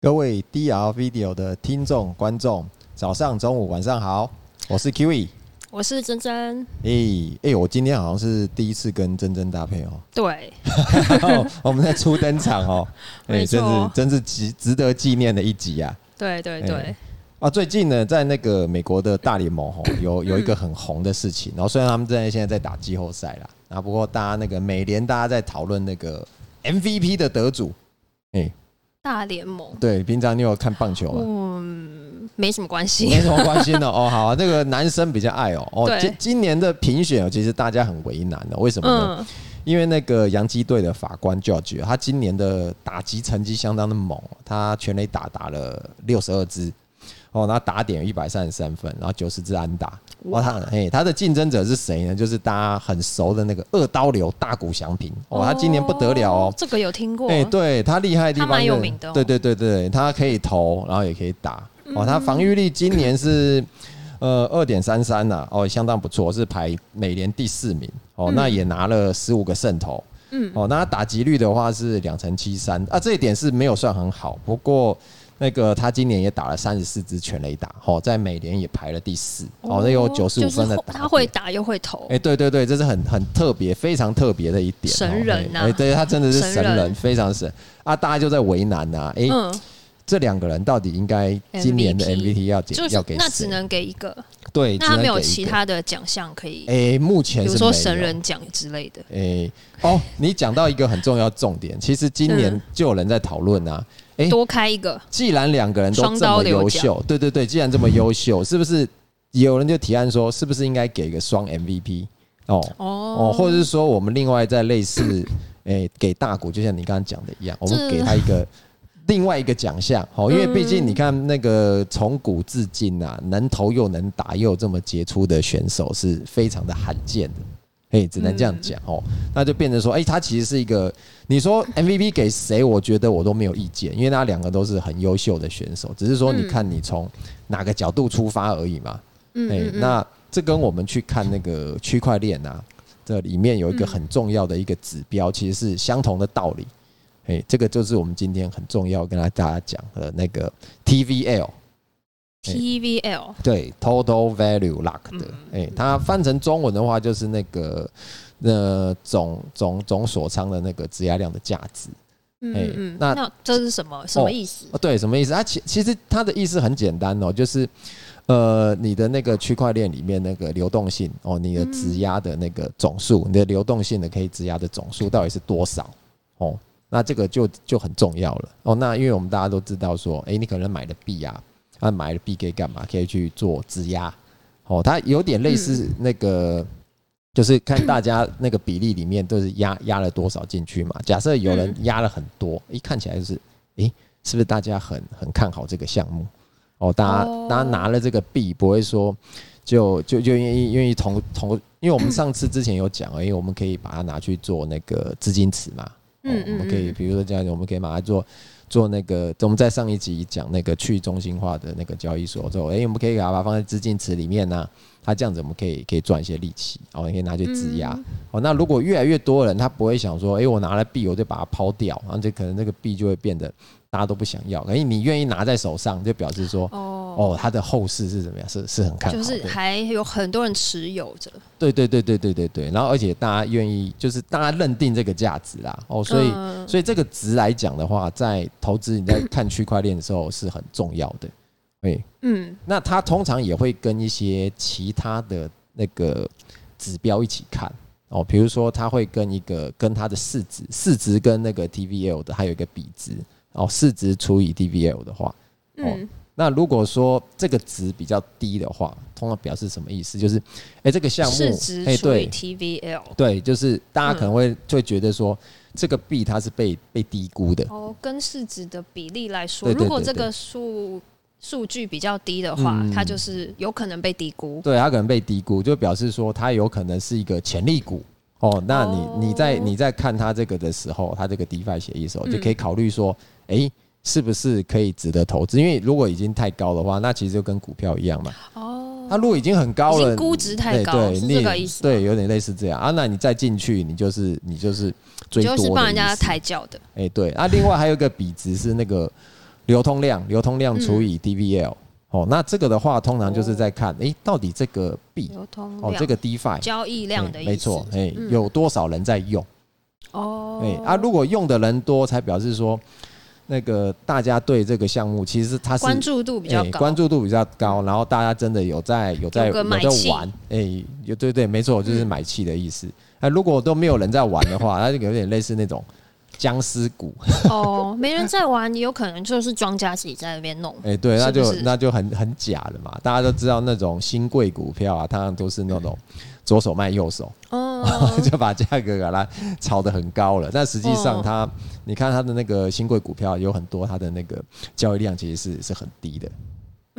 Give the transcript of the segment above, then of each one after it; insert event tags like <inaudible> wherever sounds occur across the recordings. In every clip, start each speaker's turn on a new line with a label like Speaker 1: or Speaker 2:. Speaker 1: 各位 DR Video 的听众、观众，早上、中午、晚上好，我是 Kiwi。
Speaker 2: 我是珍珍，
Speaker 1: 诶、诶、我今天好像是第一次跟珍珍搭配哦、 <laughs>
Speaker 2: 对，
Speaker 1: 我们在初登场哦、诶、
Speaker 2: <laughs> 没错
Speaker 1: 真是真是值值得纪念的一集啊！
Speaker 2: 对对对
Speaker 1: 哎，啊，最近呢，在那个美国的大联盟吼，哦有有一个很红的事情，然后虽然他们正在现在在打季后赛啦，啊，不过大家那个美联大家在讨论那个 MVP 的得主，哎、
Speaker 2: 大联盟，
Speaker 1: 对，平常你有看棒球吗？
Speaker 2: 嗯，没什么
Speaker 1: <laughs>
Speaker 2: 关
Speaker 1: 没
Speaker 2: 系，
Speaker 1: 什么关系呢。哦，好啊，这个男生比较爱哦。哦，
Speaker 2: 对
Speaker 1: 今今年的评选哦，其实大家很为难的、为什么呢？
Speaker 2: 嗯，
Speaker 1: 因为那个洋基队的法官 Judge，他今年的打击成绩相当的猛哦，他全垒打打了六十二支，哦，然后打点一百三十三分，然后九十支安打。哇，他哎，他的竞争者是谁呢？就是大家很熟的那个二刀流大谷翔平。哦，他今年不得了哦，
Speaker 2: 这个有听过，
Speaker 1: 哎、对他厉害的地方
Speaker 2: 他蛮有
Speaker 1: 是
Speaker 2: 名的哦嗯
Speaker 1: 对对对对，他可以投，然后也可以打。哦，他防御力今年是呃二点三三呐，哦，相当不错，是排美联第四名。哦，
Speaker 2: 嗯
Speaker 1: 那也拿了十五个胜投。嗯，哦，那他打击率的话是两成七三啊，这一点是没有算很好，不过。那个他今年也打了三十四支全垒打，哦，在美联也排了第四，哦，那有九十五分的
Speaker 2: 嗯就是
Speaker 1: 打点，
Speaker 2: 他会打又会投
Speaker 1: 哎、，对对对，这是很很特别、非常特别的一点哦。
Speaker 2: 神人呐
Speaker 1: 哎、哎对他真的是神
Speaker 2: 神
Speaker 1: 人，
Speaker 2: 人
Speaker 1: 非常神啊！大家就在为难呐、哎、
Speaker 2: 嗯，
Speaker 1: 这两个人到底应该今年的
Speaker 2: MVP
Speaker 1: MVP 要给
Speaker 2: 就
Speaker 1: 要
Speaker 2: 是
Speaker 1: 给
Speaker 2: 那
Speaker 1: 谁
Speaker 2: 只能给一个，
Speaker 1: 对，
Speaker 2: 那
Speaker 1: 只
Speaker 2: 他
Speaker 1: 能
Speaker 2: 没有
Speaker 1: 给一
Speaker 2: 其
Speaker 1: 个。
Speaker 2: 他的奖项可以
Speaker 1: 哎、，目前
Speaker 2: 比
Speaker 1: 是
Speaker 2: 如说
Speaker 1: 没
Speaker 2: 神
Speaker 1: 有
Speaker 2: 人奖之类的，
Speaker 1: 哎、哦，你讲到一个很重要重点，其实今年
Speaker 2: 嗯
Speaker 1: 就有人在讨论啊。哎、
Speaker 2: 多开一个，
Speaker 1: 既然两个人都
Speaker 2: 双
Speaker 1: 这
Speaker 2: 刀
Speaker 1: 么
Speaker 2: 流
Speaker 1: 优
Speaker 2: 奖
Speaker 1: 秀，对对对，既然这么优秀，是不是有人就提案说，是不是应该给一个双 MVP 哦？哦，
Speaker 2: 哦
Speaker 1: 或者是说我们另外在类似，
Speaker 2: <laughs>
Speaker 1: 诶、给大股，就像你刚刚讲的一样，我们
Speaker 2: 这
Speaker 1: 给他一
Speaker 2: <laughs>
Speaker 1: 个另外一个奖项，哦，因为毕竟
Speaker 2: 嗯
Speaker 1: 你看那个从古至今啊，能投又能打又有这么杰出的选手是非常的罕见的。哎，只能这样讲
Speaker 2: 嗯
Speaker 1: 哦，那就变成说，哎、他其实是一个，你说 MVP 给谁？我觉得我都没有意见，因为他两个都是很优秀的选手，只是说你看你从哪个角度出发而已嘛。
Speaker 2: 嗯
Speaker 1: 哎、
Speaker 2: 嗯嗯
Speaker 1: 那这跟我们去看那个区块链啊，这里面有一个很重要的一个指标，其实是相同的道理。哎、这个就是我们今天很重要跟大家讲的那个 TVL，
Speaker 2: ，TVL
Speaker 1: 对，Total Value Lock 的
Speaker 2: 嗯。
Speaker 1: 哎、它翻成中文的话就是那个呃总总总所仓的那个质押量的价值。
Speaker 2: 嗯
Speaker 1: 哎
Speaker 2: 嗯嗯，
Speaker 1: 那
Speaker 2: 那这是什么什么意思？
Speaker 1: 哦，对，什么意思？它、其其实它的意思很简单哦，就是呃，你的那个区块链里面那个流动性哦，你的
Speaker 2: 嗯
Speaker 1: 质押的那个总数，你的流动性的可以质押的总数到底是多少？哦，那这个就就很重要了哦。那因为我们大家都知道说，诶，你可能买了币啊，啊，买了币可以干嘛？可以去做质押。哦，它有点类似那个。就是看大家那个比例里面都是压压了多少进去嘛。假设有人压了很多，一看起来就是，诶、是不是大家很很看好这个项目？哦，大家、
Speaker 2: 哦
Speaker 1: 大家拿了这个币，不会说就就就愿意愿意投投，因为我们上次之前有讲，因为我们可以把它拿去做那个资金池嘛。哦
Speaker 2: 嗯，
Speaker 1: 我们
Speaker 2: 嗯
Speaker 1: 可以
Speaker 2: 嗯
Speaker 1: 比如说这样，我们可以把它做做那个，我们在上一集讲那个去中心化的那个交易所之后，哎、我们可以把它放在资金池里面呢、它这样子我们可以可以赚一些利息，哦，你可以拿去质押。
Speaker 2: 嗯
Speaker 1: 哦，那如果越来越多人，他不会想说，哎、我拿了币我就把它抛掉，然后就可能那个币就会变得大家都不想要。哎、你愿意拿在手上，就表示说，
Speaker 2: 哦，
Speaker 1: 哦，它的后市是怎么样，是是很看好
Speaker 2: 就
Speaker 1: 的。
Speaker 2: 是还有很多人持有着，
Speaker 1: 对对对对对对对，然后而且大家愿意，就是大家认定这个价值啦。哦，所以、
Speaker 2: 嗯
Speaker 1: 所以这个值来讲的话，在投资你在看区块链的时候是很重要的。对，
Speaker 2: 嗯，
Speaker 1: 那它通常也会跟一些其他的那个指标一起看哦，比如说它会跟一个跟它的市值，市值跟那个 TVL 的还有一个比值哦，市值除以 TVL 的话，哦
Speaker 2: 嗯，
Speaker 1: 那如果说这个值比较低的话，通常表示什么意思？就是，哎、这个项目，
Speaker 2: 市值
Speaker 1: 哎、
Speaker 2: 除以
Speaker 1: 对
Speaker 2: TVL，
Speaker 1: 对，就是大
Speaker 2: 嗯
Speaker 1: 家可能会、就会觉得说，这个币它是被被低估的，
Speaker 2: 哦，跟市值的比例来说，
Speaker 1: 对对
Speaker 2: 如果
Speaker 1: 对
Speaker 2: 这
Speaker 1: 对
Speaker 2: 个数数据比较低的话
Speaker 1: 嗯，
Speaker 2: 它就是有可能被低估。
Speaker 1: 对，它可能被低估，就表示说它有可能是一个潜力股。哦，那你、
Speaker 2: 哦
Speaker 1: 你在你在看它这个的时候，它这个 DeFi 协议的时候，就
Speaker 2: 嗯
Speaker 1: 可以考虑说，哎、是不是可以值得投资？因为如果已经太高的话，那其实就跟股票一样嘛。
Speaker 2: 哦，
Speaker 1: 它如果已经很高
Speaker 2: 已
Speaker 1: 了，
Speaker 2: 经估值太
Speaker 1: 对
Speaker 2: 高
Speaker 1: 对
Speaker 2: 是
Speaker 1: 你
Speaker 2: 这个意思
Speaker 1: 对，有点类似这样啊。那你再进去，你就是你就是追
Speaker 2: 你
Speaker 1: 多
Speaker 2: 就
Speaker 1: 的
Speaker 2: 是帮人
Speaker 1: 意
Speaker 2: 家
Speaker 1: 思
Speaker 2: 抬轿的，
Speaker 1: 哎、对啊。另外还有一个比值是那个流通量，流通量
Speaker 2: 嗯
Speaker 1: 除以 DVL，、哦，那这个的话通常就是在看，诶、到底这个币
Speaker 2: 哦流通
Speaker 1: 哦
Speaker 2: 量、，
Speaker 1: 这个 DeFi
Speaker 2: 交易量的
Speaker 1: 哎
Speaker 2: 意思，
Speaker 1: 没错，哎、
Speaker 2: 嗯
Speaker 1: 有多少人在用？
Speaker 2: 哦，
Speaker 1: 哎、啊，如果用的人多，才表示说那个大家对这个项目其实它是
Speaker 2: 关注度比较
Speaker 1: 哎
Speaker 2: 高， <laughs>
Speaker 1: 关注度比较高，然后大家真的有在有在
Speaker 2: 有个
Speaker 1: 有
Speaker 2: 买
Speaker 1: 在
Speaker 2: 气嗯
Speaker 1: 玩，哎、有对对，没错，就是买气的意思。那、如果都没有人在玩的话，那就有点类似那种僵尸股，
Speaker 2: 哦，没人在玩，也有可能就是庄家自己在那边弄，
Speaker 1: 哎、对，那
Speaker 2: 是不
Speaker 1: 就是那就很很假了嘛。大家都知道那种新贵股票啊，当然都是那种左手卖右手，，
Speaker 2: 哦
Speaker 1: <laughs> 就把价格给它炒得很高了。但实际上
Speaker 2: 哦
Speaker 1: 它，你看它的那个新贵股票有很多，它的那个交易量其实是是很低的。 <laughs>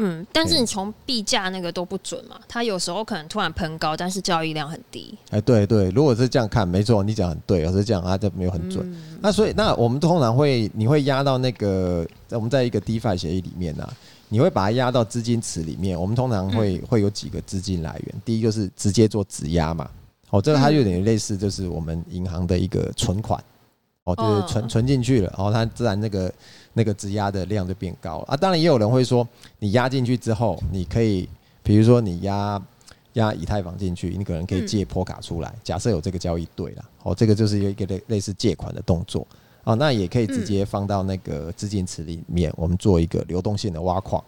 Speaker 2: 嗯，但
Speaker 1: 哎
Speaker 2: 是你从币价那个都不准嘛，它有时候可能突然喷高，但是交易量很低，
Speaker 1: 哎，对对，如果是这样看，没错，你讲很对，有时候这样啊，这没有很准。那所以，那我们通常会，你会压到那个，我们在一个 DeFi 协议里面呢、啊，你会把它压到资金池里面。我们通常会、会有几个资金来源，第一就是直接做质押嘛，哦，这个它有点类似，就是我们银行的一个存款，哦，就是存、
Speaker 2: 嗯
Speaker 1: 存进去了，然、哦后它自然那个那个质押的量就变高了啊。当然也有人会说，你压进去之后，你可以，比如说你压压以太坊进去，你可能可以借坡卡出来。假设有这个交易对啦，哦，这个就是一个类类似借款的动作哦，那也可以直接放到那个资金池里面，我们做一个流动性的挖矿。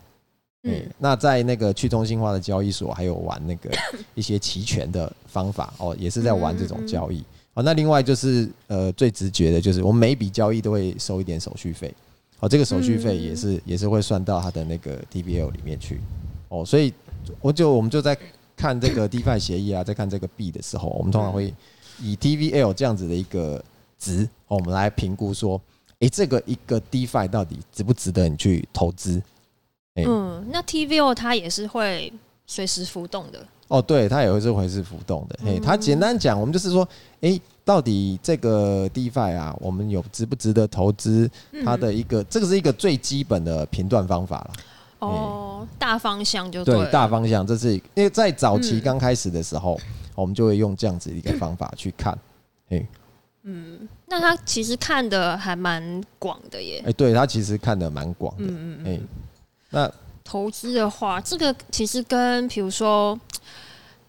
Speaker 1: 嗯、
Speaker 2: 嗯，
Speaker 1: 那在那个去中心化的交易所，还有玩那个一些期权的方法哦，也是在玩这种交易。哦，那另外就是呃，最直觉的就是我们每一笔交易都会收一点手续费，哦，这个手续费也是、也是会算到它的那个 DBL 里面去。哦，所以我就我们就在看这个 DeFi 协议啊，在看这个币的时候，我们通常会以 DVL 这样子的一个值，哦我们来评估说，诶、这个一个 DeFi 到底值不值得你去投资？哎
Speaker 2: 嗯，那 TVO 它也是会随时浮动的，
Speaker 1: 哦，对，它也会是回是浮动的。嘿，它简
Speaker 2: 嗯
Speaker 1: 单讲，我们就是说，诶，到底这个 DeFi 啊，我们有值不值得投资？
Speaker 2: 嗯
Speaker 1: 它的一个，这个是一个最基本的评断方法了。
Speaker 2: 哦，大方向就
Speaker 1: 对
Speaker 2: 了
Speaker 1: 大方向，这是因为在早期
Speaker 2: 嗯
Speaker 1: 刚开始的时候，我们就会用这样子一个方法去看。
Speaker 2: 那他其实看的还蛮广的耶
Speaker 1: 哎、。对它其实看的蛮广的。嗯嗯那
Speaker 2: 投资的话，这个其实跟比如说，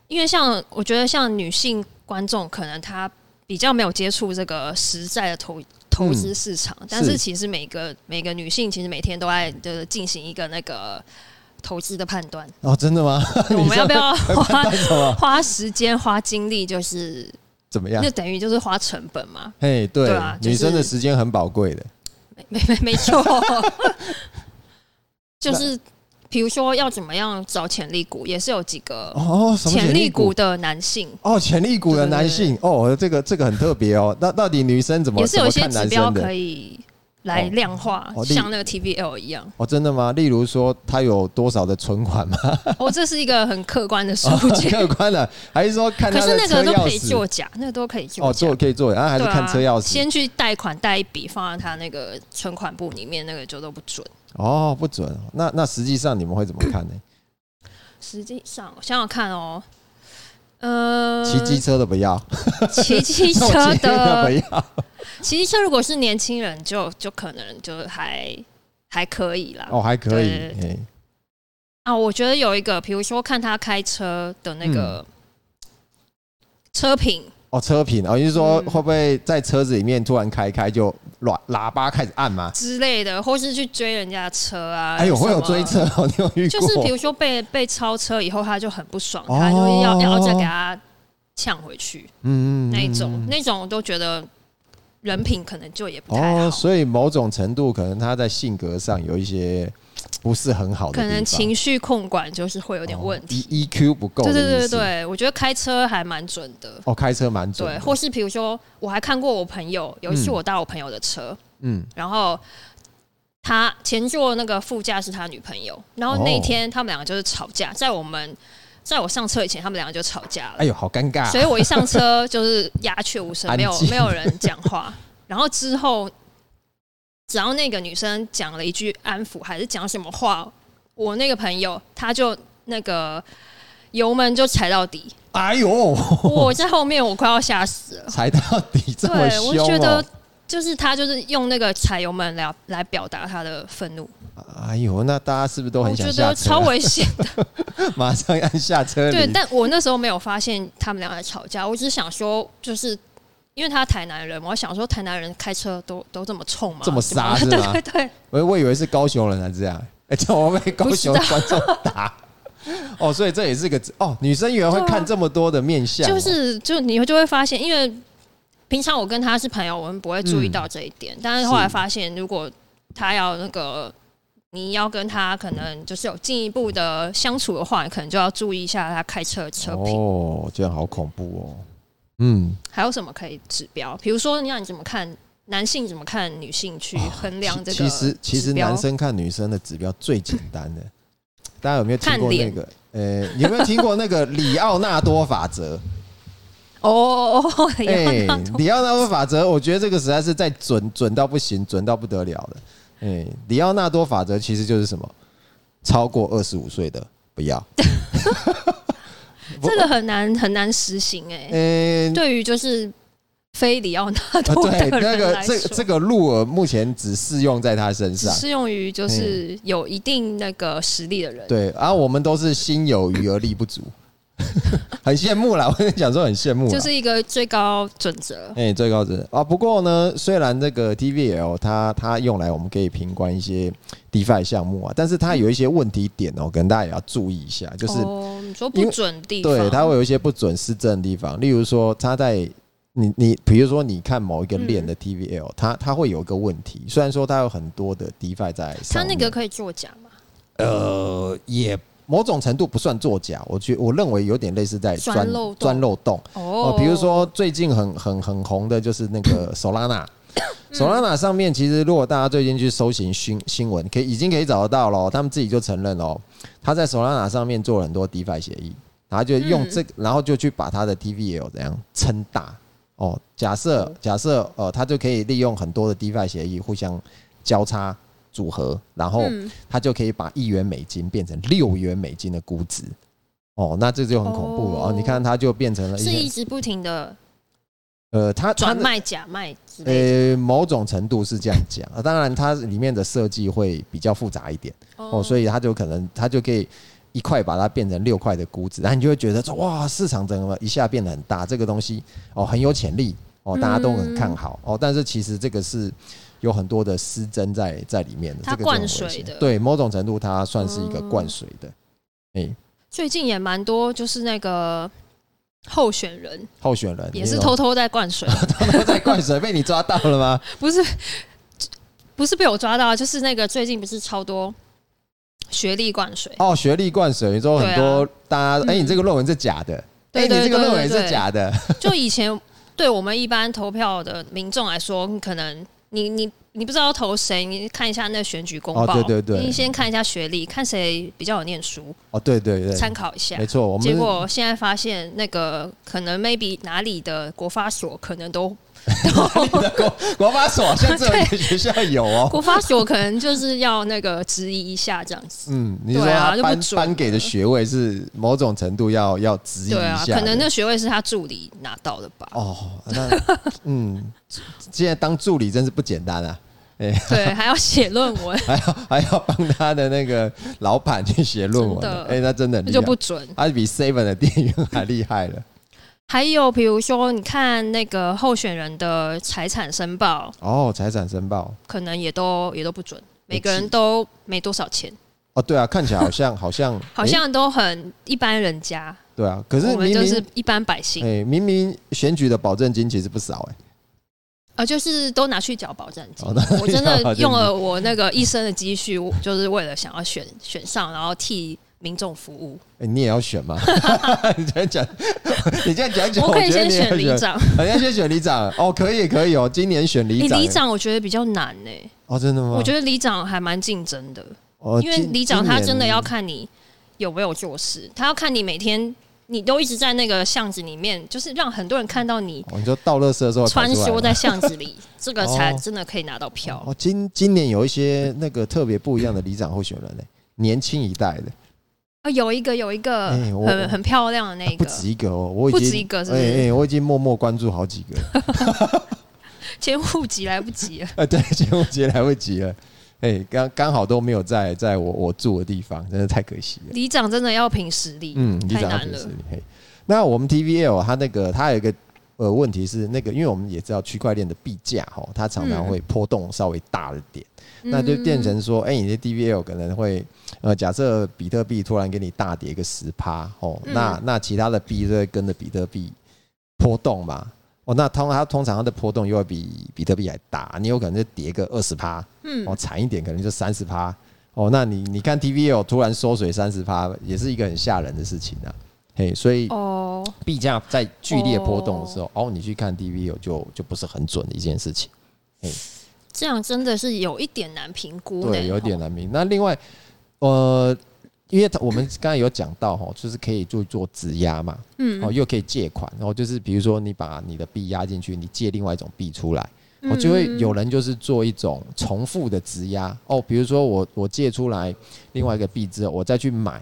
Speaker 2: 因为像我觉得像女性观众，可能她比较没有接触这个实在的投投资市场，但
Speaker 1: 嗯是
Speaker 2: 是其实每个每个女性其实每天都在就是进行一个那个投资的判
Speaker 1: <laughs>
Speaker 2: 断，
Speaker 1: 哦，真的吗？
Speaker 2: 我们要不要花
Speaker 1: 干什么？
Speaker 2: 花时间花精力，就是
Speaker 1: 怎么样
Speaker 2: 那？等于就是花成本嘛？ <laughs>
Speaker 1: 嘿，对，
Speaker 2: 对啊就是
Speaker 1: 女生的时间很宝贵的。
Speaker 2: 没没
Speaker 1: <laughs>
Speaker 2: 没错，就是比如说要怎么样找潜力股，也是有几个
Speaker 1: 哦，什么
Speaker 2: 潜
Speaker 1: 潜
Speaker 2: 力
Speaker 1: 力
Speaker 2: 股
Speaker 1: 股？
Speaker 2: 的男性，
Speaker 1: 哦，潜力股的男性哦，这个这个很特别哦。那到底女生怎么
Speaker 2: 也是
Speaker 1: 怎
Speaker 2: 有
Speaker 1: 么
Speaker 2: 一些
Speaker 1: 看
Speaker 2: 指
Speaker 1: 男
Speaker 2: 标
Speaker 1: 生
Speaker 2: 可
Speaker 1: 的？
Speaker 2: 以来量化，
Speaker 1: 哦例
Speaker 2: 像那个 TVL 一样。
Speaker 1: 哦，真的吗？例如说，他有多少的存款
Speaker 2: <laughs>
Speaker 1: 吗？
Speaker 2: 哦，这是一个很客观的数
Speaker 1: <laughs>
Speaker 2: 据，
Speaker 1: 客观的，还是说看
Speaker 2: 可
Speaker 1: 他
Speaker 2: 是
Speaker 1: 的
Speaker 2: 那
Speaker 1: 车
Speaker 2: 个都可
Speaker 1: 钥
Speaker 2: 以
Speaker 1: 匙？
Speaker 2: 作假，那个都可以作
Speaker 1: 哦，
Speaker 2: 假。
Speaker 1: 做可以做，然后还是
Speaker 2: 对
Speaker 1: 看车钥
Speaker 2: 啊，
Speaker 1: 匙。
Speaker 2: 先去贷款贷一笔放在他那个存款簿里面，那个就都不准。
Speaker 1: 哦，不准。那那实际上你们会怎么看呢？
Speaker 2: 实际上，我想想看哦，呃，
Speaker 1: 骑机车的不
Speaker 2: <laughs>
Speaker 1: 要，
Speaker 2: 骑机
Speaker 1: 坐
Speaker 2: 车
Speaker 1: 捷运的不
Speaker 2: 的
Speaker 1: 要。
Speaker 2: 骑机车，如果是年轻人，就就可能就还还可以啦。
Speaker 1: 哦，还可以。
Speaker 2: 对
Speaker 1: 嘿
Speaker 2: 啊，我觉得有一个，比如说看他开车的那个
Speaker 1: 嗯
Speaker 2: 车品，
Speaker 1: 哦，车品哦，你是说
Speaker 2: 嗯
Speaker 1: 会不会在车子里面突然开开就喇喇叭开始按吗？
Speaker 2: 之类的，或是去追人家的车啊。
Speaker 1: 哎呦，会有
Speaker 2: 什
Speaker 1: 追
Speaker 2: 么
Speaker 1: 车哦，你有遇过？
Speaker 2: 就是比如说被被超车以后，他就很不爽，
Speaker 1: 哦
Speaker 2: 他就要要再给他呛回去
Speaker 1: 嗯
Speaker 2: 那一种，那种我都觉得人品可能就也不太
Speaker 1: 哦，
Speaker 2: 好，
Speaker 1: 所以某种程度可能他在性格上有一些不是很好的地
Speaker 2: 可
Speaker 1: 方，
Speaker 2: 能情绪控管就是会有点问题。
Speaker 1: E EQ 不够的
Speaker 2: 对
Speaker 1: 意
Speaker 2: 对
Speaker 1: 思。
Speaker 2: 对对，我觉得开车还蛮准的。
Speaker 1: 哦，开车蛮准
Speaker 2: 对，
Speaker 1: 的。
Speaker 2: 或是比如说，我还看过我朋友有一次
Speaker 1: 嗯
Speaker 2: 我搭我朋友的车，
Speaker 1: 嗯，
Speaker 2: 然后他前座那个副驾是他女朋友，然后
Speaker 1: 哦
Speaker 2: 那一天他们两个就是吵架，在我们在我上车以前，他们两个就吵架了，
Speaker 1: 哎呦，好尴尬
Speaker 2: 所以我一上车就是鸦雀无声，
Speaker 1: 安
Speaker 2: 没有
Speaker 1: 静
Speaker 2: 没有人讲话， <laughs> 然后之后只要那个女生讲了一句安抚，还是讲什么话，我那个朋友他就那个。油门就踩到底，
Speaker 1: 哎
Speaker 2: <laughs>
Speaker 1: 呦，
Speaker 2: 我在后面，我快要吓死了。
Speaker 1: 踩到底这么
Speaker 2: 对，
Speaker 1: 凶
Speaker 2: 我
Speaker 1: 哦！
Speaker 2: 觉得就是他就是用那个踩油门来来表达他的愤怒。
Speaker 1: 哎呦，那大家是不是都很
Speaker 2: 我
Speaker 1: 想
Speaker 2: 觉
Speaker 1: 下
Speaker 2: 得
Speaker 1: 车
Speaker 2: 超
Speaker 1: 啊、
Speaker 2: 危险。
Speaker 1: <laughs> 马上按下车
Speaker 2: 对，
Speaker 1: 铃。
Speaker 2: 但我那时候没有发现他们俩在吵架，我只是想说，就是因为他台南人嘛，我想说台南人开车都都这么冲嘛，
Speaker 1: 这么杀
Speaker 2: 对
Speaker 1: 是吗
Speaker 2: 吧 <laughs> 对对对，
Speaker 1: 我我以为是高雄人才这样，哎、叫我被高雄的
Speaker 2: <laughs> 不
Speaker 1: 观众打。 <laughs> 哦，所以这也是一个哦，女生原来会
Speaker 2: 对啊
Speaker 1: 看这么多的面相、哦，
Speaker 2: 就是就你就会发现，因为平常我跟他是朋友，我们不会注意到这一点，但是后来
Speaker 1: 嗯是
Speaker 2: 发现，如果他要那个。你要跟他可能就是有进一步的相处的话，你可能就要注意一下他开车的车品，
Speaker 1: 哦，这样好恐怖哦。嗯，
Speaker 2: 还有什么可以指标？比如说，你让你怎么看男性，怎么看女性去衡量这个
Speaker 1: 哦其其实其实
Speaker 2: 指标
Speaker 1: 男生看女生的指标最简单的，大家有没有听
Speaker 2: 看
Speaker 1: 过那
Speaker 2: 脸
Speaker 1: 个？呃，有没有听过那个里奥纳多法则？
Speaker 2: 哦，一样
Speaker 1: 哎、
Speaker 2: 那种
Speaker 1: 里奥纳多法则，我觉得这个实在是在准准到不行，准到不得了的。哎、里奥纳多法则其实就是什么？超过二十五岁的不要。不 <laughs>
Speaker 2: <laughs> 这个很难很难实行哎、
Speaker 1: 呃、
Speaker 2: 对于就是非里奥纳
Speaker 1: 啊
Speaker 2: 多的
Speaker 1: 对，那
Speaker 2: 人
Speaker 1: 个
Speaker 2: 来说，
Speaker 1: 这这个鹿耳目前只适用在他身
Speaker 2: 只
Speaker 1: 上。
Speaker 2: 适用于就是有一定那个实力的人。
Speaker 1: 对，然、后我们都是心有余而力不足， <laughs> 很羡慕啦。我跟你讲说很羡慕啦，
Speaker 2: 就是一个最高准则，
Speaker 1: 哎、最高值啊。不过呢，虽然这个 TVL 它它用来我们可以评观一些 DeFi 项目啊，但是它有一些问题点哦，可能大家也要注意一下，就是、
Speaker 2: 哦，你说
Speaker 1: 因
Speaker 2: 不
Speaker 1: 为
Speaker 2: 准地方，
Speaker 1: 对它会有一些不准失真的地方，例如说它在。你你比如说，你看某一个链
Speaker 2: 嗯
Speaker 1: 的 TVL，、它它会有一个问题，虽然说它有很多的 DeFi 在
Speaker 2: 他
Speaker 1: 上
Speaker 2: 那
Speaker 1: 面，
Speaker 2: 个可以作假嘛？
Speaker 1: 呃，也某种程度不算作假，我觉我认为有点类似在
Speaker 2: 钻
Speaker 1: 钻
Speaker 2: 漏洞
Speaker 1: 钻漏洞哦
Speaker 2: 哦，，
Speaker 1: 比如说最近很很很红的就是那 <laughs> 个 Solana。Solana <coughs>
Speaker 2: 嗯
Speaker 1: 上面其实，如果大家最近去搜寻新新闻，可以已经可以找得到了哦。他们自己就承认哦，他在 Solana 上面做了很多 DeFi 协议，然后就用
Speaker 2: 嗯
Speaker 1: 这个，然后就去把他的 TVL 怎样撑大哦。假设
Speaker 2: 嗯
Speaker 1: 假设呃，他就可以利用很多的 DeFi 协议互相交叉组合，然后
Speaker 2: 嗯，
Speaker 1: 他就可以把一元美金变成六元美金的估值。哦，那这就很恐怖了哦！
Speaker 2: 哦
Speaker 1: 你看，它就变成了一
Speaker 2: 是
Speaker 1: 些
Speaker 2: 一直不停的
Speaker 1: 呃，它它
Speaker 2: 转
Speaker 1: 的
Speaker 2: 卖假卖之类的。
Speaker 1: 呃，某种程度是这样讲，啊当然它里面的设计会比较复杂一点哦，所
Speaker 2: 以
Speaker 1: 以它就可能它就可以一块把它变成六块的估值，然后你就会觉得说哇，市场整个一下变得很大，这个东西哦很有潜力哦，大家都很看好、
Speaker 2: 嗯
Speaker 1: 哦，但是其实这个是有很多的失真在在里面的，
Speaker 2: 它
Speaker 1: 这个就很
Speaker 2: 灌水
Speaker 1: 危险
Speaker 2: 的
Speaker 1: 对，某种程度它算是一个
Speaker 2: 嗯
Speaker 1: 灌水的，哎、
Speaker 2: 最近也蛮多，就是那个候选人
Speaker 1: 候选人
Speaker 2: 也是偷
Speaker 1: 偷
Speaker 2: 偷在灌水，
Speaker 1: 偷 <laughs> 在灌水，被你抓到了
Speaker 2: <laughs>
Speaker 1: 吗？
Speaker 2: 不是不是被我抓到，就是那个最近不是超多学历灌
Speaker 1: <laughs>
Speaker 2: 水，
Speaker 1: 哦，学历灌水，你说很多大家，哎、你这个论文是假的，哎、
Speaker 2: 啊对对
Speaker 1: 你这个论文
Speaker 2: 对对
Speaker 1: 是
Speaker 2: 对
Speaker 1: 假的，
Speaker 2: 就以前对我们一般投票的民众来说，你可能你你你不知道要投谁，你看一下那选举公报，
Speaker 1: 哦对对对
Speaker 2: 你先看一下学历，看谁比较有念书，
Speaker 1: 哦，对对对，
Speaker 2: 参考一下
Speaker 1: 没。错，我们
Speaker 2: 结果现在发现，那个可能 maybe 哪里的国发所可能都
Speaker 1: <laughs> 国发所好像只有一
Speaker 2: <laughs>
Speaker 1: 个学校有哦，
Speaker 2: 国发所可能就是要那个质疑一下这样子。
Speaker 1: 嗯，你是说
Speaker 2: 对
Speaker 1: 他
Speaker 2: 啊就不
Speaker 1: 颁、
Speaker 2: 准
Speaker 1: 颁给的
Speaker 2: 了
Speaker 1: 学位是某种程度要要质疑一
Speaker 2: 对
Speaker 1: 下
Speaker 2: 啊，
Speaker 1: 的，
Speaker 2: 可能那学位是他助理拿到的吧？
Speaker 1: 哦，那嗯，现在当助理真是不简单啊。
Speaker 2: 对，还要写论文，
Speaker 1: 还要还要帮他的那个老板去写论文
Speaker 2: 真
Speaker 1: 了，
Speaker 2: 的
Speaker 1: 哎、那真的很
Speaker 2: 那
Speaker 1: 厉
Speaker 2: 就
Speaker 1: 害
Speaker 2: 不，准。
Speaker 1: 他比 Seven 的店员还厉害了。
Speaker 2: 还有比如说，你看那个候选人的财产申报，
Speaker 1: <laughs> 哦，财产申报，
Speaker 2: 可能也都也都不准，每个
Speaker 1: 是
Speaker 2: 人都没多少钱，
Speaker 1: 哦，对啊，看起来好像好像
Speaker 2: <laughs> 好
Speaker 1: 哎
Speaker 2: 像都很一般人家，
Speaker 1: 对啊，可是
Speaker 2: 我
Speaker 1: 明
Speaker 2: 们
Speaker 1: 明
Speaker 2: 就是一般百姓
Speaker 1: 哎、明明选举的保证金其实不少哎、
Speaker 2: 啊，就是都拿去缴保证金
Speaker 1: 哦拿。
Speaker 2: 我
Speaker 1: <laughs>
Speaker 2: 真的
Speaker 1: 缴保证金
Speaker 2: 用了我那个一生的积蓄，我就是为了想要选选上，然后替民众服务。
Speaker 1: 哎你也要选吗？你这样讲，你这样讲讲，<laughs>
Speaker 2: 我
Speaker 1: 我
Speaker 2: 可以
Speaker 1: 觉得
Speaker 2: 先
Speaker 1: 你也
Speaker 2: 选里
Speaker 1: 要选，
Speaker 2: 长，
Speaker 1: <laughs> 你要先选里长哦，可以可以哦，今年选里
Speaker 2: 诶
Speaker 1: 长，
Speaker 2: 里长我觉得比较难呢、
Speaker 1: 哦，真的吗？
Speaker 2: 我觉得里长还蛮竞争的，
Speaker 1: 哦
Speaker 2: 因为
Speaker 1: 今
Speaker 2: 里长
Speaker 1: 今
Speaker 2: 他
Speaker 1: 年
Speaker 2: 真的要看你有没有做事，他要看你每天你都一直在那个巷子里面，就是让很多人看到你
Speaker 1: 哦，你说倒垃圾的时候
Speaker 2: 穿
Speaker 1: 跑出来
Speaker 2: 梭
Speaker 1: 吗
Speaker 2: 在巷子
Speaker 1: <laughs>
Speaker 2: 里，这个才
Speaker 1: 哦
Speaker 2: 真的可以拿到票。
Speaker 1: 哦，今今年有一些那个特别不一样的里长候选人呢、年轻一代的、
Speaker 2: 啊，有一个有一个
Speaker 1: 哎我
Speaker 2: 很很漂亮的那
Speaker 1: 不
Speaker 2: 个，
Speaker 1: 止一个哦，我已
Speaker 2: 不
Speaker 1: 经
Speaker 2: 止一个是不是
Speaker 1: 哎哎我已经默默关注好
Speaker 2: <laughs>
Speaker 1: 几个了，
Speaker 2: 前户籍来不及了，
Speaker 1: 啊，对，节目节来不及了。哎，刚刚好都没有在在我我住的地方，真的太可惜了。
Speaker 2: 里长真的要凭实力，
Speaker 1: 嗯，你
Speaker 2: 太
Speaker 1: 讲到
Speaker 2: 难
Speaker 1: 平时
Speaker 2: 了。
Speaker 1: 嘿，那我们 TVL 它那个它有一个呃问题是那个，因为我们也知道区块链的币价哈，它常常
Speaker 2: 嗯
Speaker 1: 会波动稍微大了点。那就变
Speaker 2: 嗯
Speaker 1: 成说，哎、你的 DVL 可能会，呃，假设比特币突然给你大跌个十趴哦，
Speaker 2: 嗯
Speaker 1: 那那其他的币就会跟着比特币波动嘛，哦，那通它通常它的波动又会比比特币还大，你有可能就跌个二十趴，
Speaker 2: 嗯
Speaker 1: 哦，惨一点可能就三十趴，哦，那你你看 DVL 突然缩水三十趴，也是一个很吓人的事情啊，嘿，所以
Speaker 2: 哦，
Speaker 1: 币价在剧烈波动的时候，哦，你去看 DVL 就就不是很准的一件事情。
Speaker 2: 这样真的是有一点难评估呢，
Speaker 1: 对，有点
Speaker 2: 哦
Speaker 1: 难明。那另外，呃，因为它我们刚才有讲到哈，就是可以做做质押嘛，
Speaker 2: 嗯，
Speaker 1: 哦，又可以借款，然后就是比如说你把你的币押进去，你借另外一种币出来，我
Speaker 2: 嗯
Speaker 1: 就会有人就是做一种重复的质押哦，比如说我我借出来另外一个币之后，我再去买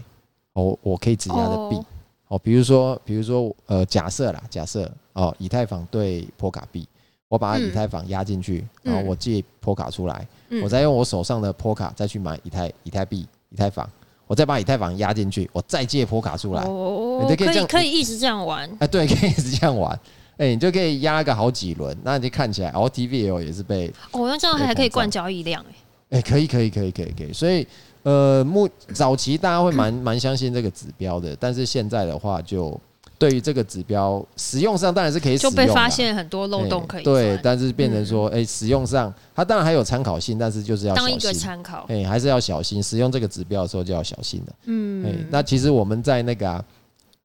Speaker 1: 哦，我可以质押的币
Speaker 2: 哦
Speaker 1: 哦，比如说比如说呃，假设啦，假设哦，以太坊对波卡币，我把
Speaker 2: 嗯
Speaker 1: 以太坊押进去，然后
Speaker 2: 嗯
Speaker 1: 我借波卡出来，
Speaker 2: 嗯
Speaker 1: 我再用我手上的波卡再去买以太以太币、以太坊，我再把以太坊押进去，我再借波卡出来，
Speaker 2: 哦
Speaker 1: 你，就可以这
Speaker 2: 可以
Speaker 1: 样
Speaker 2: 可以一直这样玩，
Speaker 1: 哎，对，可以是这样玩。哎、你就可以压个好几轮，那你就看起来，哦，TVL 也是被
Speaker 2: 哦，那这样
Speaker 1: 可以
Speaker 2: 还可以
Speaker 1: 膨胀
Speaker 2: 灌交易量哎，
Speaker 1: 哎、可以，可以，可以，可以，可以。所以，呃，目早期大家会蛮蛮相信这个指标的，但是现在的话就，对于这个指标使用上当然是可以使
Speaker 2: 欸就
Speaker 1: 用
Speaker 2: 被
Speaker 1: 啦
Speaker 2: 发现很多漏
Speaker 1: 哎
Speaker 2: 洞可以
Speaker 1: 对，
Speaker 2: 钻
Speaker 1: 但是变成说，哎、使用上它当然还有参考性，但是就是要小
Speaker 2: 当一
Speaker 1: 心，
Speaker 2: 个参考，
Speaker 1: 哎、还是要小心使用这个指标的时候就要小心的。哎、
Speaker 2: 嗯，
Speaker 1: 那其实我们在那个啊，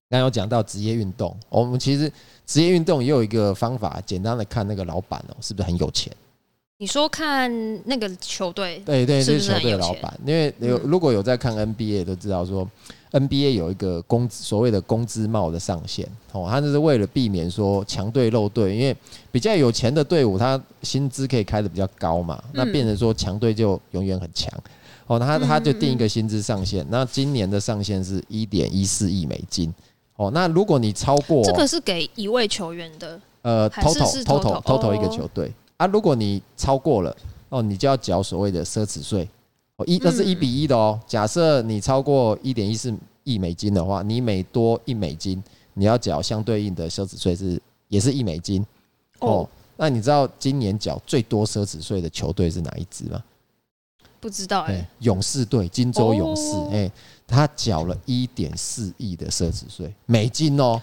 Speaker 1: 刚刚有讲到职业运动，我们其实职业运动也有一个方法，简单的看那个老板哦、是不是很有钱？
Speaker 2: 你说看那个球队，
Speaker 1: 对对，
Speaker 2: 是
Speaker 1: 就
Speaker 2: 不
Speaker 1: 是
Speaker 2: 是
Speaker 1: 球
Speaker 2: 很
Speaker 1: 队的
Speaker 2: 有
Speaker 1: 老
Speaker 2: 钱
Speaker 1: 板，因为有
Speaker 2: 嗯
Speaker 1: 如果有在看 NBA 都知道说。NBA 有一个工资所谓的工资帽的上限哦，他就是为了避免说强队漏队，因为比较有钱的队伍，他薪资可以开的比较高嘛，那
Speaker 2: 嗯
Speaker 1: 变成说强队就永远很强哦，那他他就
Speaker 2: 嗯嗯
Speaker 1: 定一个薪资上限，那今年的上限是一点一四亿美金哦，那如果你超过
Speaker 2: 这个是给一位球员的，
Speaker 1: 呃
Speaker 2: 还是
Speaker 1: ，total
Speaker 2: 是
Speaker 1: total
Speaker 2: total，
Speaker 1: total 一个
Speaker 2: 哦
Speaker 1: 球队啊，如果你超过了哦，你就要缴所谓的奢侈税哦，一那是一
Speaker 2: 嗯
Speaker 1: 比一的哦。假设你超过一点一四亿美金的话，你每多一美金，你要缴相对应的奢侈税是也是一美金哦。
Speaker 2: 哦
Speaker 1: 那你知道今年缴最多奢侈税的球队是哪一支吗？
Speaker 2: 不知道
Speaker 1: 哎、
Speaker 2: 哎，
Speaker 1: 勇士队，金州勇士，
Speaker 2: 哦
Speaker 1: 哎、他缴了一点四亿的奢侈税，美金
Speaker 2: <laughs>
Speaker 1: 哦，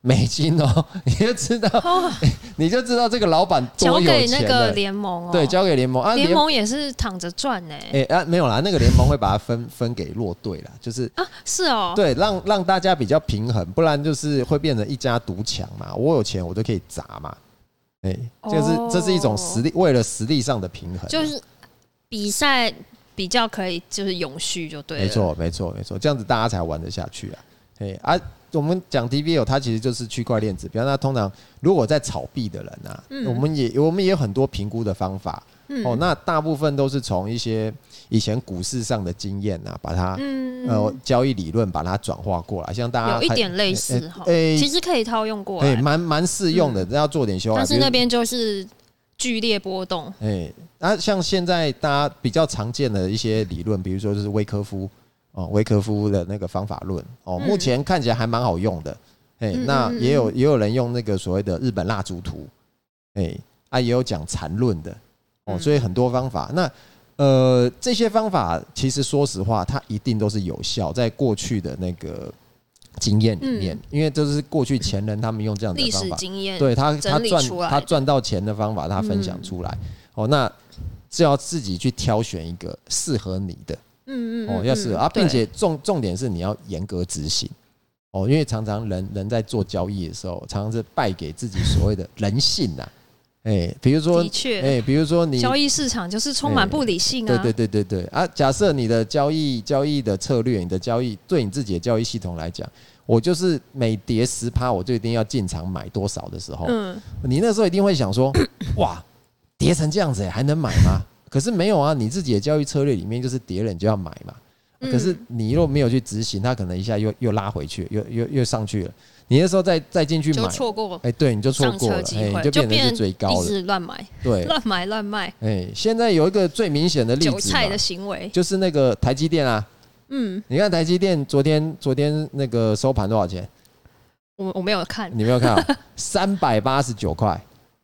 Speaker 1: 美金哦， <laughs> 你就知道哎
Speaker 2: 哦，
Speaker 1: 你就知道这个老板
Speaker 2: 交
Speaker 1: 多有
Speaker 2: 给
Speaker 1: 钱
Speaker 2: 那个
Speaker 1: 了。
Speaker 2: 联盟哦，
Speaker 1: 对，交给联盟啊，
Speaker 2: 联盟也是躺着赚呢，
Speaker 1: 哎、啊没有啦，那个联盟会把它分 <laughs> 分给弱队啦，就是
Speaker 2: 啊，是哦，
Speaker 1: 对让让大家比较平衡，不然就是会变成一家独强嘛。我有钱我就可以砸嘛，哎、就是、
Speaker 2: 哦
Speaker 1: 这是一种实力，为了实力上的平衡啊，
Speaker 2: 就是比赛比较可以，就是永续就对了。啊
Speaker 1: 没，错，没错，没错，这样子大家才玩得下去啊。哎啊，我们讲 DVL，它其实就是区块链指标。那通常如果在炒币的人啊，
Speaker 2: 嗯
Speaker 1: 我们也我们也有很多评估的方法。
Speaker 2: 嗯
Speaker 1: 哦，那大部分都是从一些以前股市上的经验啊，把它、
Speaker 2: 嗯，
Speaker 1: 呃交易理论把它转化过来，像大家
Speaker 2: 有一
Speaker 1: 还哎
Speaker 2: 点类似哈，
Speaker 1: 诶
Speaker 2: 其实可以套用过
Speaker 1: 哎
Speaker 2: 来，
Speaker 1: 蛮蛮适用的，要做点修改。
Speaker 2: 嗯但是
Speaker 1: 啊比如
Speaker 2: 那边就是剧烈波动，
Speaker 1: 哎，那、像现在大家比较常见的一些理论，比如说就是维科夫哦，维科夫的那个方法论哦，
Speaker 2: 嗯
Speaker 1: 目前看起来还蛮好用的。哎、
Speaker 2: 嗯
Speaker 1: 那
Speaker 2: 嗯嗯
Speaker 1: 也有也有人用那个所谓的日本蜡烛图，哎、啊也有讲缠论的哦，
Speaker 2: 嗯
Speaker 1: 所以很多方法。那呃，这些方法其实说实话，它一定都是有效，在过去的那个经验里面，因为这是过去前人他们用这样的
Speaker 2: 嗯历
Speaker 1: 方
Speaker 2: 史
Speaker 1: 法
Speaker 2: 经验，
Speaker 1: 对他，他
Speaker 2: 嗯整理
Speaker 1: 赚
Speaker 2: 出来
Speaker 1: 他
Speaker 2: 的
Speaker 1: 赚到钱的方法，他分享出来。哦，那就要自己去挑选一个适合你的
Speaker 2: 嗯，嗯嗯，
Speaker 1: 哦，要适合啊，
Speaker 2: 对
Speaker 1: 并且重重点是你要严格执行哦，因为常常人人在做交易的时候，常常是败给自己所谓的人性呐、哎、比如说
Speaker 2: 的，确，
Speaker 1: 哎、比如说你哎
Speaker 2: 交易市场就是充满不理性
Speaker 1: 对
Speaker 2: 啊，
Speaker 1: 对对对对啊！假设你的交易交易的策略，你的交易对你自己的交易系统来讲，我就是每跌十趴，我就一定要进场买多少的时候，
Speaker 2: 嗯，
Speaker 1: 你那时候一定会想
Speaker 2: <coughs>
Speaker 1: 说，哇，跌成这样子、欸、还能买吗？可是没有啊，你自己的交易策略里面就是跌了你就要买嘛。
Speaker 2: 嗯
Speaker 1: 可是你若没有去执行，它可能一下又又拉回去，又又又上去了。你那时候再再进去买
Speaker 2: 就，错过
Speaker 1: 哎，对，你就错
Speaker 2: 上
Speaker 1: 过了
Speaker 2: 车，机
Speaker 1: 哎，
Speaker 2: 会，
Speaker 1: 你就变成
Speaker 2: 变
Speaker 1: 是追高
Speaker 2: 一
Speaker 1: 了，
Speaker 2: 直乱买、
Speaker 1: 对，
Speaker 2: 乱买、乱卖，
Speaker 1: 哎，现在有一个最明显的例
Speaker 2: 韭
Speaker 1: 子嘛，
Speaker 2: 菜的行为。
Speaker 1: 就是那个台积电啊，
Speaker 2: 嗯，
Speaker 1: 你看台积电昨天昨天那个收盘多少钱？
Speaker 2: 我我没有看
Speaker 1: 你没有看
Speaker 2: <laughs>
Speaker 1: 啊？三百八十九块。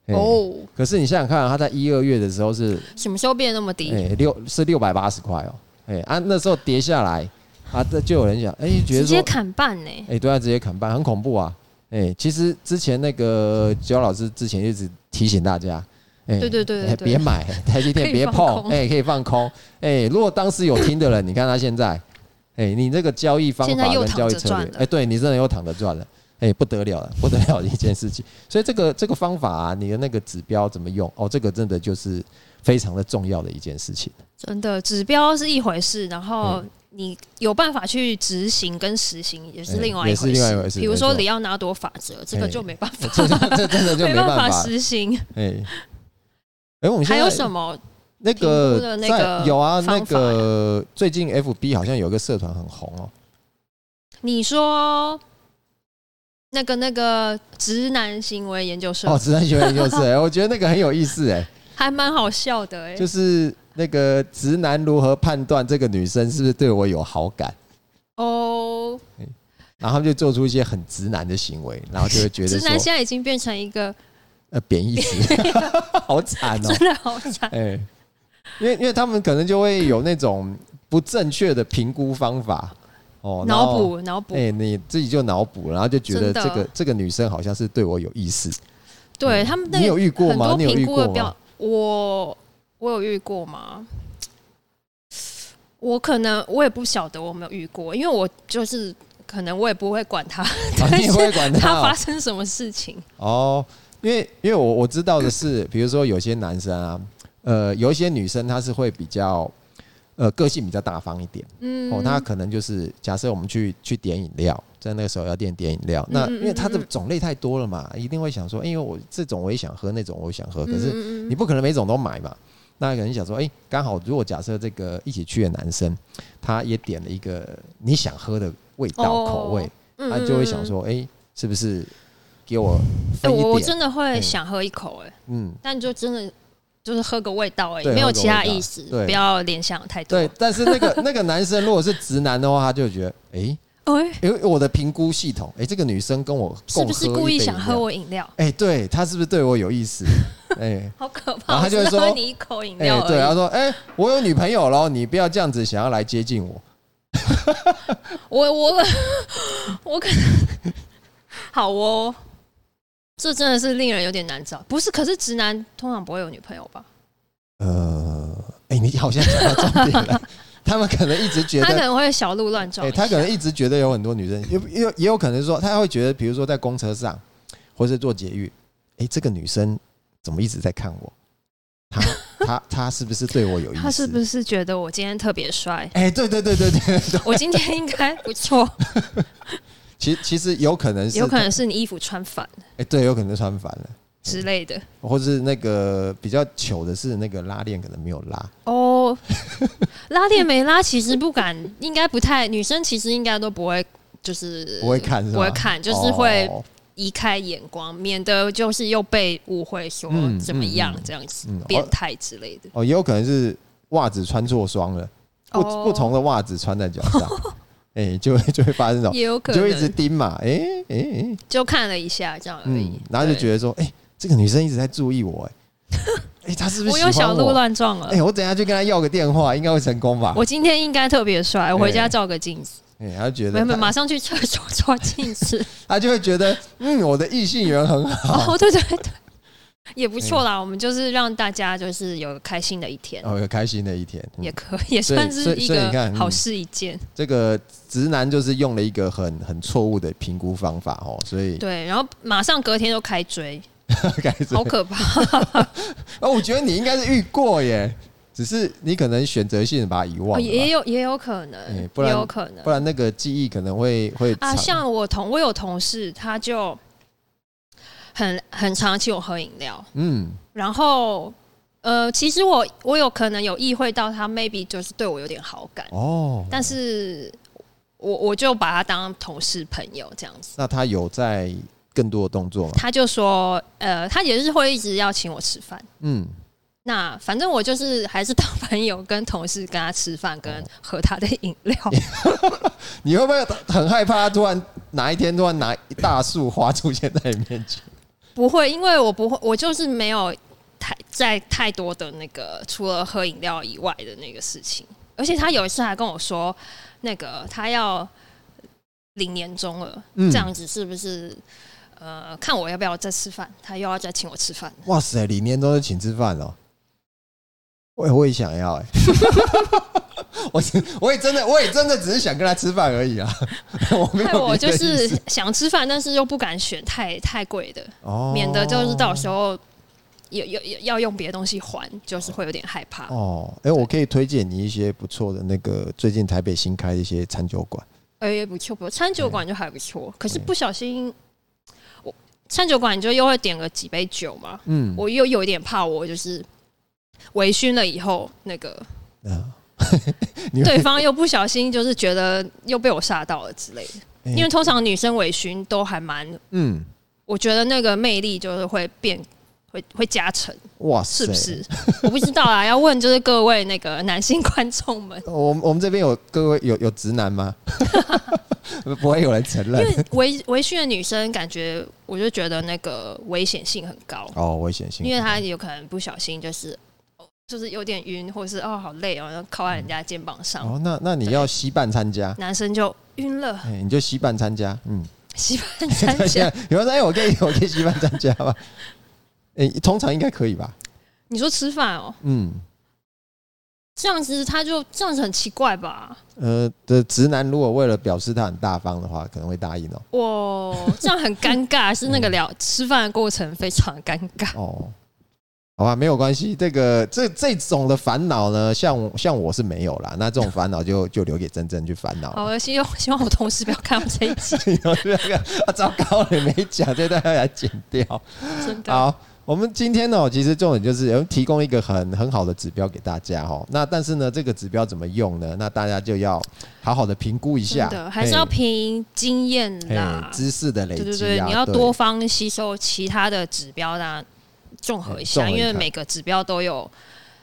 Speaker 1: 哎，
Speaker 2: 哦，
Speaker 1: 可是你想想看啊，它在一二月的时候是
Speaker 2: 什么时候变得那么低？
Speaker 1: 哎六是六百八十块哦，哎啊那时候跌下来啊，这就有人讲哎、觉得
Speaker 2: 直
Speaker 1: 说
Speaker 2: 接砍半呢、
Speaker 1: 哎、对啊，直接砍半，很恐怖啊！哎、其实之前那个焦老师之前一直提醒大家，哎、
Speaker 2: 对对对对
Speaker 1: 哎
Speaker 2: 对
Speaker 1: 别
Speaker 2: <laughs>
Speaker 1: 买台积电，
Speaker 2: 可以
Speaker 1: 别
Speaker 2: 放
Speaker 1: 碰，
Speaker 2: 空
Speaker 1: 哎、可以放空，哎、如果当时有听的人，你看他现在，哎、你这个交易方
Speaker 2: 现在
Speaker 1: 法
Speaker 2: 又
Speaker 1: 跟
Speaker 2: 躺
Speaker 1: 交易
Speaker 2: 着
Speaker 1: 策
Speaker 2: 赚
Speaker 1: 略，哎、
Speaker 2: 了
Speaker 1: 对你真的又躺着赚了。哎、不得了 <laughs> 了，不得了的一件事情。所以这个这个方法啊，你的那个指标怎么用？哦，这个真的就是非常的重要的一件事情。
Speaker 2: 真的，指标是一回事，然
Speaker 1: 嗯
Speaker 2: 后你有办法去执行跟实行也是另外一
Speaker 1: 哎也
Speaker 2: 回
Speaker 1: 是另外一
Speaker 2: 事。
Speaker 1: 回事
Speaker 2: 比如说
Speaker 1: 没错哎
Speaker 2: 里奥纳多法则，这个就没办法，
Speaker 1: 这这这真的就没
Speaker 2: 办
Speaker 1: 办
Speaker 2: <laughs>
Speaker 1: 法了。
Speaker 2: 实行。
Speaker 1: 哎、哎、我们现
Speaker 2: 还
Speaker 1: 在
Speaker 2: 有什么？
Speaker 1: 那
Speaker 2: 评
Speaker 1: 个
Speaker 2: 估的那
Speaker 1: 在
Speaker 2: 个
Speaker 1: 有啊，那
Speaker 2: 方法
Speaker 1: 个最近 FB 好像有一个社团很红哦，
Speaker 2: 你说那个那个直男行为研究社、
Speaker 1: 哦，直男行为研究
Speaker 2: <laughs>
Speaker 1: 社，哎我觉得那个很有意思哎，
Speaker 2: 还蛮好笑的哎、
Speaker 1: 就是那个直男如何判断这个女生是不是对我有好感，
Speaker 2: 哦，
Speaker 1: 然后他们就做出一些很直男的行为，然后就会觉得
Speaker 2: 直男
Speaker 1: 说
Speaker 2: 现在已经变成一个
Speaker 1: 呃贬义词，
Speaker 2: <laughs>
Speaker 1: 好惨哦，
Speaker 2: 真的好惨。
Speaker 1: 哎、因为因为他们可能就会有那种不正确的评估方法哦，然
Speaker 2: 脑
Speaker 1: 后。
Speaker 2: 补脑补
Speaker 1: 哎、，你自己就脑补，然后就觉得
Speaker 2: 真的
Speaker 1: 这个这个女生好像是对我有意思，
Speaker 2: 对他们
Speaker 1: 嗯
Speaker 2: 那
Speaker 1: 你
Speaker 2: 个
Speaker 1: 有遇过
Speaker 2: 很
Speaker 1: 吗？
Speaker 2: 多
Speaker 1: 你有遇
Speaker 2: 评估
Speaker 1: 过
Speaker 2: 的
Speaker 1: 吗？
Speaker 2: 标，我我有遇过吗？我可能我也不晓得我有没有遇过，因为我就是可能我也不会管
Speaker 1: <laughs>
Speaker 2: 他，
Speaker 1: 啊，
Speaker 2: 但
Speaker 1: 你也
Speaker 2: 是
Speaker 1: 会管
Speaker 2: 他
Speaker 1: 他
Speaker 2: 发生什么事情。
Speaker 1: 哦？哦因为因为我我知道的是，比如说有些男生啊，呃，有一些女生她是会比较呃个性比较大方一点
Speaker 2: 嗯，
Speaker 1: 哦，她可能就是假设我们去去点饮料，在那个时候要点点饮料，那
Speaker 2: 嗯嗯
Speaker 1: 因为它的
Speaker 2: 嗯嗯
Speaker 1: 种类太多了嘛，一定会想说，哎因为我这种我也想喝，那种我也想喝，哦可
Speaker 2: 嗯
Speaker 1: 是
Speaker 2: 嗯
Speaker 1: 你不可能每种都买嘛。那可能想说，哎、刚好如果假设这个一起去的男生，他也点了一个你想喝的味道、
Speaker 2: 哦
Speaker 1: 口味，
Speaker 2: 嗯
Speaker 1: 他就会想，说，哎、是不是给我
Speaker 2: 嗯嗯嗯哎
Speaker 1: 分一
Speaker 2: 我我
Speaker 1: 点？
Speaker 2: 真的会
Speaker 1: 嗯
Speaker 2: 想喝一口哎、
Speaker 1: 嗯，
Speaker 2: 但就真的就是喝个味道而已，
Speaker 1: 对
Speaker 2: 没有
Speaker 1: 喝个
Speaker 2: 其他
Speaker 1: 味道
Speaker 2: 意思，
Speaker 1: 对
Speaker 2: 不要联想太多。
Speaker 1: 对。但是那个那个男生如果是直男的话，他就觉得，哎、
Speaker 2: 哎，
Speaker 1: 因为我的评估系统，哎、这个女生跟我
Speaker 2: 是
Speaker 1: 共
Speaker 2: 不
Speaker 1: 喝
Speaker 2: 是故意
Speaker 1: 一杯
Speaker 2: 想
Speaker 1: 饮
Speaker 2: 喝
Speaker 1: 料？
Speaker 2: 我饮料？
Speaker 1: 哎、对他是不是对我有意思？哎、
Speaker 2: <laughs> 好可怕！
Speaker 1: 然后他就会
Speaker 2: 我只
Speaker 1: 说
Speaker 2: 喝你一口饮
Speaker 1: 哎、
Speaker 2: 料而已，
Speaker 1: 对，他说，哎、我有女朋友喽，你不要这样子想要来接近我。
Speaker 2: 我我 <laughs> 我可能 <laughs> 好哦，这真的是令人有点难找。不是，可是直男通常不会有女朋友吧？
Speaker 1: 呃，哎、你好像讲到重点了。 <laughs> 他们可能一直觉
Speaker 2: 他
Speaker 1: 得
Speaker 2: 可能会小鹿乱撞
Speaker 1: 欸
Speaker 2: 一下、
Speaker 1: 他可能一直觉得有很多女生，也也有也有可能说，他会觉得，比如说在公车上，或是坐捷运，哎、这个女生怎么一直在看我？她
Speaker 2: <laughs>
Speaker 1: 她她是不是对我有意思？
Speaker 2: 他是不是觉得我今天特
Speaker 1: <laughs>？
Speaker 2: 别帅
Speaker 1: 哎、对对对对对，
Speaker 2: 我今天应该
Speaker 1: <laughs>
Speaker 2: 不错，
Speaker 1: 其其实有可能是，
Speaker 2: 有可能是你衣服穿反了
Speaker 1: 哎、对，有可能穿反了，
Speaker 2: 之
Speaker 1: <laughs>
Speaker 2: 类的。
Speaker 1: 或是那个比较糗的是那个拉链可能没有拉，
Speaker 2: 哦，拉链没拉，其实不敢，应该不太。女生其实应该都不会，就是
Speaker 1: 不会看是吧？
Speaker 2: 不会看，就是会
Speaker 1: 哦
Speaker 2: 移开眼光，免得就是又被误会说
Speaker 1: 嗯
Speaker 2: 怎么样
Speaker 1: 嗯嗯
Speaker 2: 这样子、
Speaker 1: 嗯哦
Speaker 2: 变态之类的。
Speaker 1: 哦，也有可能是袜子穿错双了，不、
Speaker 2: 哦
Speaker 1: 不同的袜子穿在脚上，
Speaker 2: <laughs>
Speaker 1: 哎、就会就会发生这种。
Speaker 2: 也有可
Speaker 1: 你就一直
Speaker 2: 能
Speaker 1: 盯嘛，哎哎哎，
Speaker 2: 就看了一下这样而
Speaker 1: 嗯
Speaker 2: 已，，
Speaker 1: 然后就
Speaker 2: 对
Speaker 1: 觉得说，哎、这个女生一直在注意我、
Speaker 2: <laughs>
Speaker 1: 哎，哎，她是不是
Speaker 2: 我
Speaker 1: 喜
Speaker 2: 又小
Speaker 1: 欢
Speaker 2: 鹿
Speaker 1: 我？
Speaker 2: 乱撞了。
Speaker 1: 哎、我等一下去跟她要个电话，应该会成功吧？
Speaker 2: 我今天应该特别帅，我回家照个镜子，
Speaker 1: 哎、她就觉
Speaker 2: 没
Speaker 1: 得
Speaker 2: 有没有，
Speaker 1: 她，
Speaker 2: 马上去厕所照镜
Speaker 1: <laughs>
Speaker 2: 子。
Speaker 1: 她就会觉得，嗯，我的异性缘很
Speaker 2: <laughs>
Speaker 1: 好。
Speaker 2: 哦，对对对，也不错啦。我们就是让大家就是有开心的一天，
Speaker 1: 哦，有开心的一天，嗯
Speaker 2: 也可也
Speaker 1: 所以
Speaker 2: 算
Speaker 1: 所
Speaker 2: 是
Speaker 1: 以
Speaker 2: 一
Speaker 1: 所以你
Speaker 2: 个
Speaker 1: 看嗯
Speaker 2: 好事一件。
Speaker 1: 这个直男就是用了一个很很错误的评估方法哦，所以 <laughs>
Speaker 2: 对，然后马上隔天就开追，
Speaker 1: 该怎
Speaker 2: 好
Speaker 1: 么？ <laughs>
Speaker 2: 可怕。
Speaker 1: 哦，我觉得你应该是遇过耶，只是你可能选择性地把它遗忘了
Speaker 2: 哦
Speaker 1: 吧
Speaker 2: 也有也有可能，
Speaker 1: 哎不然
Speaker 2: 也有可能
Speaker 1: 不然那个记忆可能会会
Speaker 2: 啊。
Speaker 1: 长
Speaker 2: 像我同我有同事，他就很很常请我喝饮料，
Speaker 1: 嗯
Speaker 2: 然后呃，其实我我有可能有意会到他 maybe 就是对我有点好感，
Speaker 1: 哦，
Speaker 2: 但是我我就把他当同事朋友这样子。
Speaker 1: 那他有在更多的动作吗？
Speaker 2: 他就说，呃，他也是会一直要请我吃饭。
Speaker 1: 嗯，
Speaker 2: 那反正我就是还是当朋友，跟同事跟他吃饭，跟喝他的饮料。
Speaker 1: 你会不会很害怕？突然哪一天突然拿一大束花出现在你面前？
Speaker 2: 不会，因为我不会，我就是没有太在太多的那个除了喝饮料以外的那个事情。而且他有一次还跟我说，那个他要领年终了，
Speaker 1: 嗯
Speaker 2: 这样子是不是？呃，看我要不要再吃饭，他又要再请我吃饭。
Speaker 1: 哇塞，李年都是请吃饭哦，我也我也想
Speaker 2: <laughs>
Speaker 1: 要哎、我是我也真的我也真的只是想跟他吃饭而已
Speaker 2: <laughs>
Speaker 1: 啊，我没有
Speaker 2: 害我
Speaker 1: 别
Speaker 2: 就
Speaker 1: 的意
Speaker 2: 是
Speaker 1: 思
Speaker 2: 想吃饭，但是又不敢选太太贵的，
Speaker 1: 哦
Speaker 2: 免得就是到时候有有有要用别的东西还，就是会有点害怕。
Speaker 1: 哦，哎、我可以推荐你一些不错的那个最近台北新开的一些餐酒馆，
Speaker 2: 哎、不错不错，餐酒馆就还不错，可是不小心，我餐酒馆你就又会点个几杯酒嘛，
Speaker 1: 嗯，
Speaker 2: 我又有一点怕，我就是微醺了以后，那个
Speaker 1: 嗯你
Speaker 2: 对方又不小心就是觉得又被我吓到了之类的，
Speaker 1: 哎
Speaker 2: 因为通常女生微醺都还蛮，
Speaker 1: 嗯，
Speaker 2: 我觉得那个魅力就是会变。会会加成，
Speaker 1: 哇塞，
Speaker 2: 是不是？ <laughs> 我不知道啊，要问就是各位那个男性观众们，
Speaker 1: 我们我们这边有各位有有直男
Speaker 2: <laughs>
Speaker 1: 吗？不会有人承
Speaker 2: 因
Speaker 1: 认
Speaker 2: 为微微醺的女生感觉，我就觉得那个危险性很高。
Speaker 1: 哦，危险性，
Speaker 2: 因为他有可能不小心就是哦就是有点晕，或者是哦好累哦，然后靠在人家肩膀上，
Speaker 1: 哦，那那你要稀办参加，
Speaker 2: 男生就晕了， <laughs>
Speaker 1: 哎、你就稀办参加，嗯，
Speaker 2: 稀饭三
Speaker 1: <laughs> 现
Speaker 2: 下。
Speaker 1: 在有人说哎，我可以我可以稀办参加吗？哎、通常应该可以吧？
Speaker 2: 你说吃饭哦，
Speaker 1: 嗯，
Speaker 2: 这样子他就这样子很奇怪吧？
Speaker 1: 呃的直男如果为了表示他很大方的话，可能会答应哦。
Speaker 2: 哇，这样很尴
Speaker 1: <laughs>
Speaker 2: 尬，是那个
Speaker 1: 嗯
Speaker 2: 聊吃饭的过程非常尴尬。
Speaker 1: 哦，好吧，没有关系。这个这这种的烦恼呢，像我像我是没有啦。那这种烦恼就就留给真真去烦恼 <laughs>
Speaker 2: 好
Speaker 1: 了。
Speaker 2: 了，希望希望我同事不要看到这一
Speaker 1: <laughs>
Speaker 2: 集，
Speaker 1: 你要这个啊，糟糕，你没讲，这段要来剪掉。
Speaker 2: 真的。
Speaker 1: 好，我们今天呢，其实重点就是有提供一个很很好的指标给大家哦。那但是呢，这个指标怎么用呢？那大家就要好好的评估一下
Speaker 2: 真，的，还是要
Speaker 1: 嘿
Speaker 2: 凭经验啦
Speaker 1: 嘿。知识的累积、啊，
Speaker 2: 对对对，你要多方吸收其他的指标啦，综合一
Speaker 1: 嗯综合
Speaker 2: 下，
Speaker 1: 一
Speaker 2: 因为
Speaker 1: 看
Speaker 2: 每个指标都有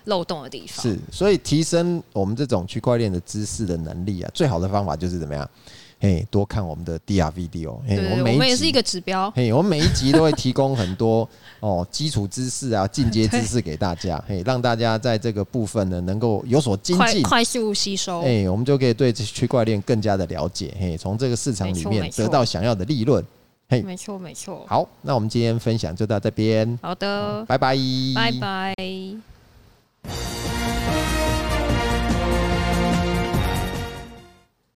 Speaker 2: 漏洞的地方。
Speaker 1: 是，所以提升我们这种区块链的知识的能力啊，最好的方法就是怎么样？嘿，多看我们的 DR video。嘿，哦哎
Speaker 2: 对，
Speaker 1: 们哎每一
Speaker 2: 对对我
Speaker 1: 集
Speaker 2: 们也是一。个指标。
Speaker 1: 嘿，我们每一集都会提供很多哦基础知识啊、进阶知识给大家，嘿，让大家在这个部分呢能够有所精
Speaker 2: 快
Speaker 1: 进。
Speaker 2: 快速吸收，
Speaker 1: 哎、我们就可以对区块链更加的了解，嘿，从这个市场里
Speaker 2: 没错
Speaker 1: 面
Speaker 2: 没错哦
Speaker 1: 得到想要的利润。嘿
Speaker 2: 没错没错。
Speaker 1: 好，那我们今天分享就到这边，
Speaker 2: 好的，
Speaker 1: 拜拜，
Speaker 2: 拜拜。